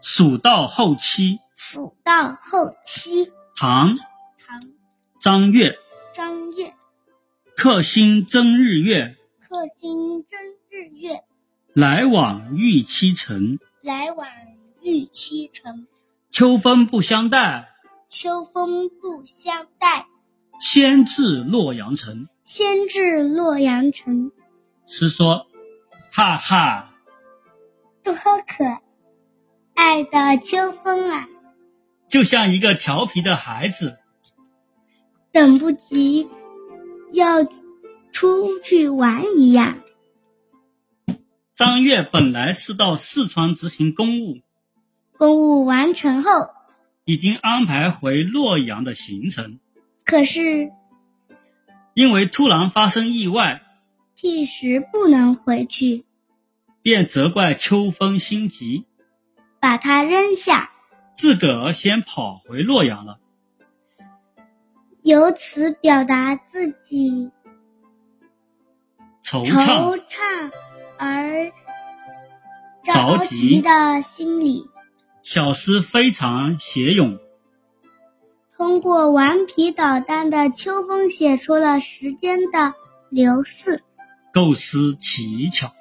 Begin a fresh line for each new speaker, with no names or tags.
蜀道后期，
蜀道后期，
唐·
唐·
张悦。
张悦。
客星争日月，
客星争日月，
来往欲期程。
来往欲期程。
秋风不相待，
秋风不相待，
先至洛阳城。
先至洛阳城。
诗说：“哈哈，
多可爱的秋风啊！
就像一个调皮的孩子。
等不及要出去玩一样。”
张悦本来是到四川执行公务，
公务完成后，
已经安排回洛阳的行程，
可是
因为突然发生意外，
一时不能回去，
便责怪秋风心急，
把它扔下，
自个儿先跑回洛阳了。
由此表达自己
惆怅
惆怅而
着
着
急
急的心理。
小诗非常写咏，
通过顽皮捣蛋的秋风，写出了时间的流逝。
构思奇巧。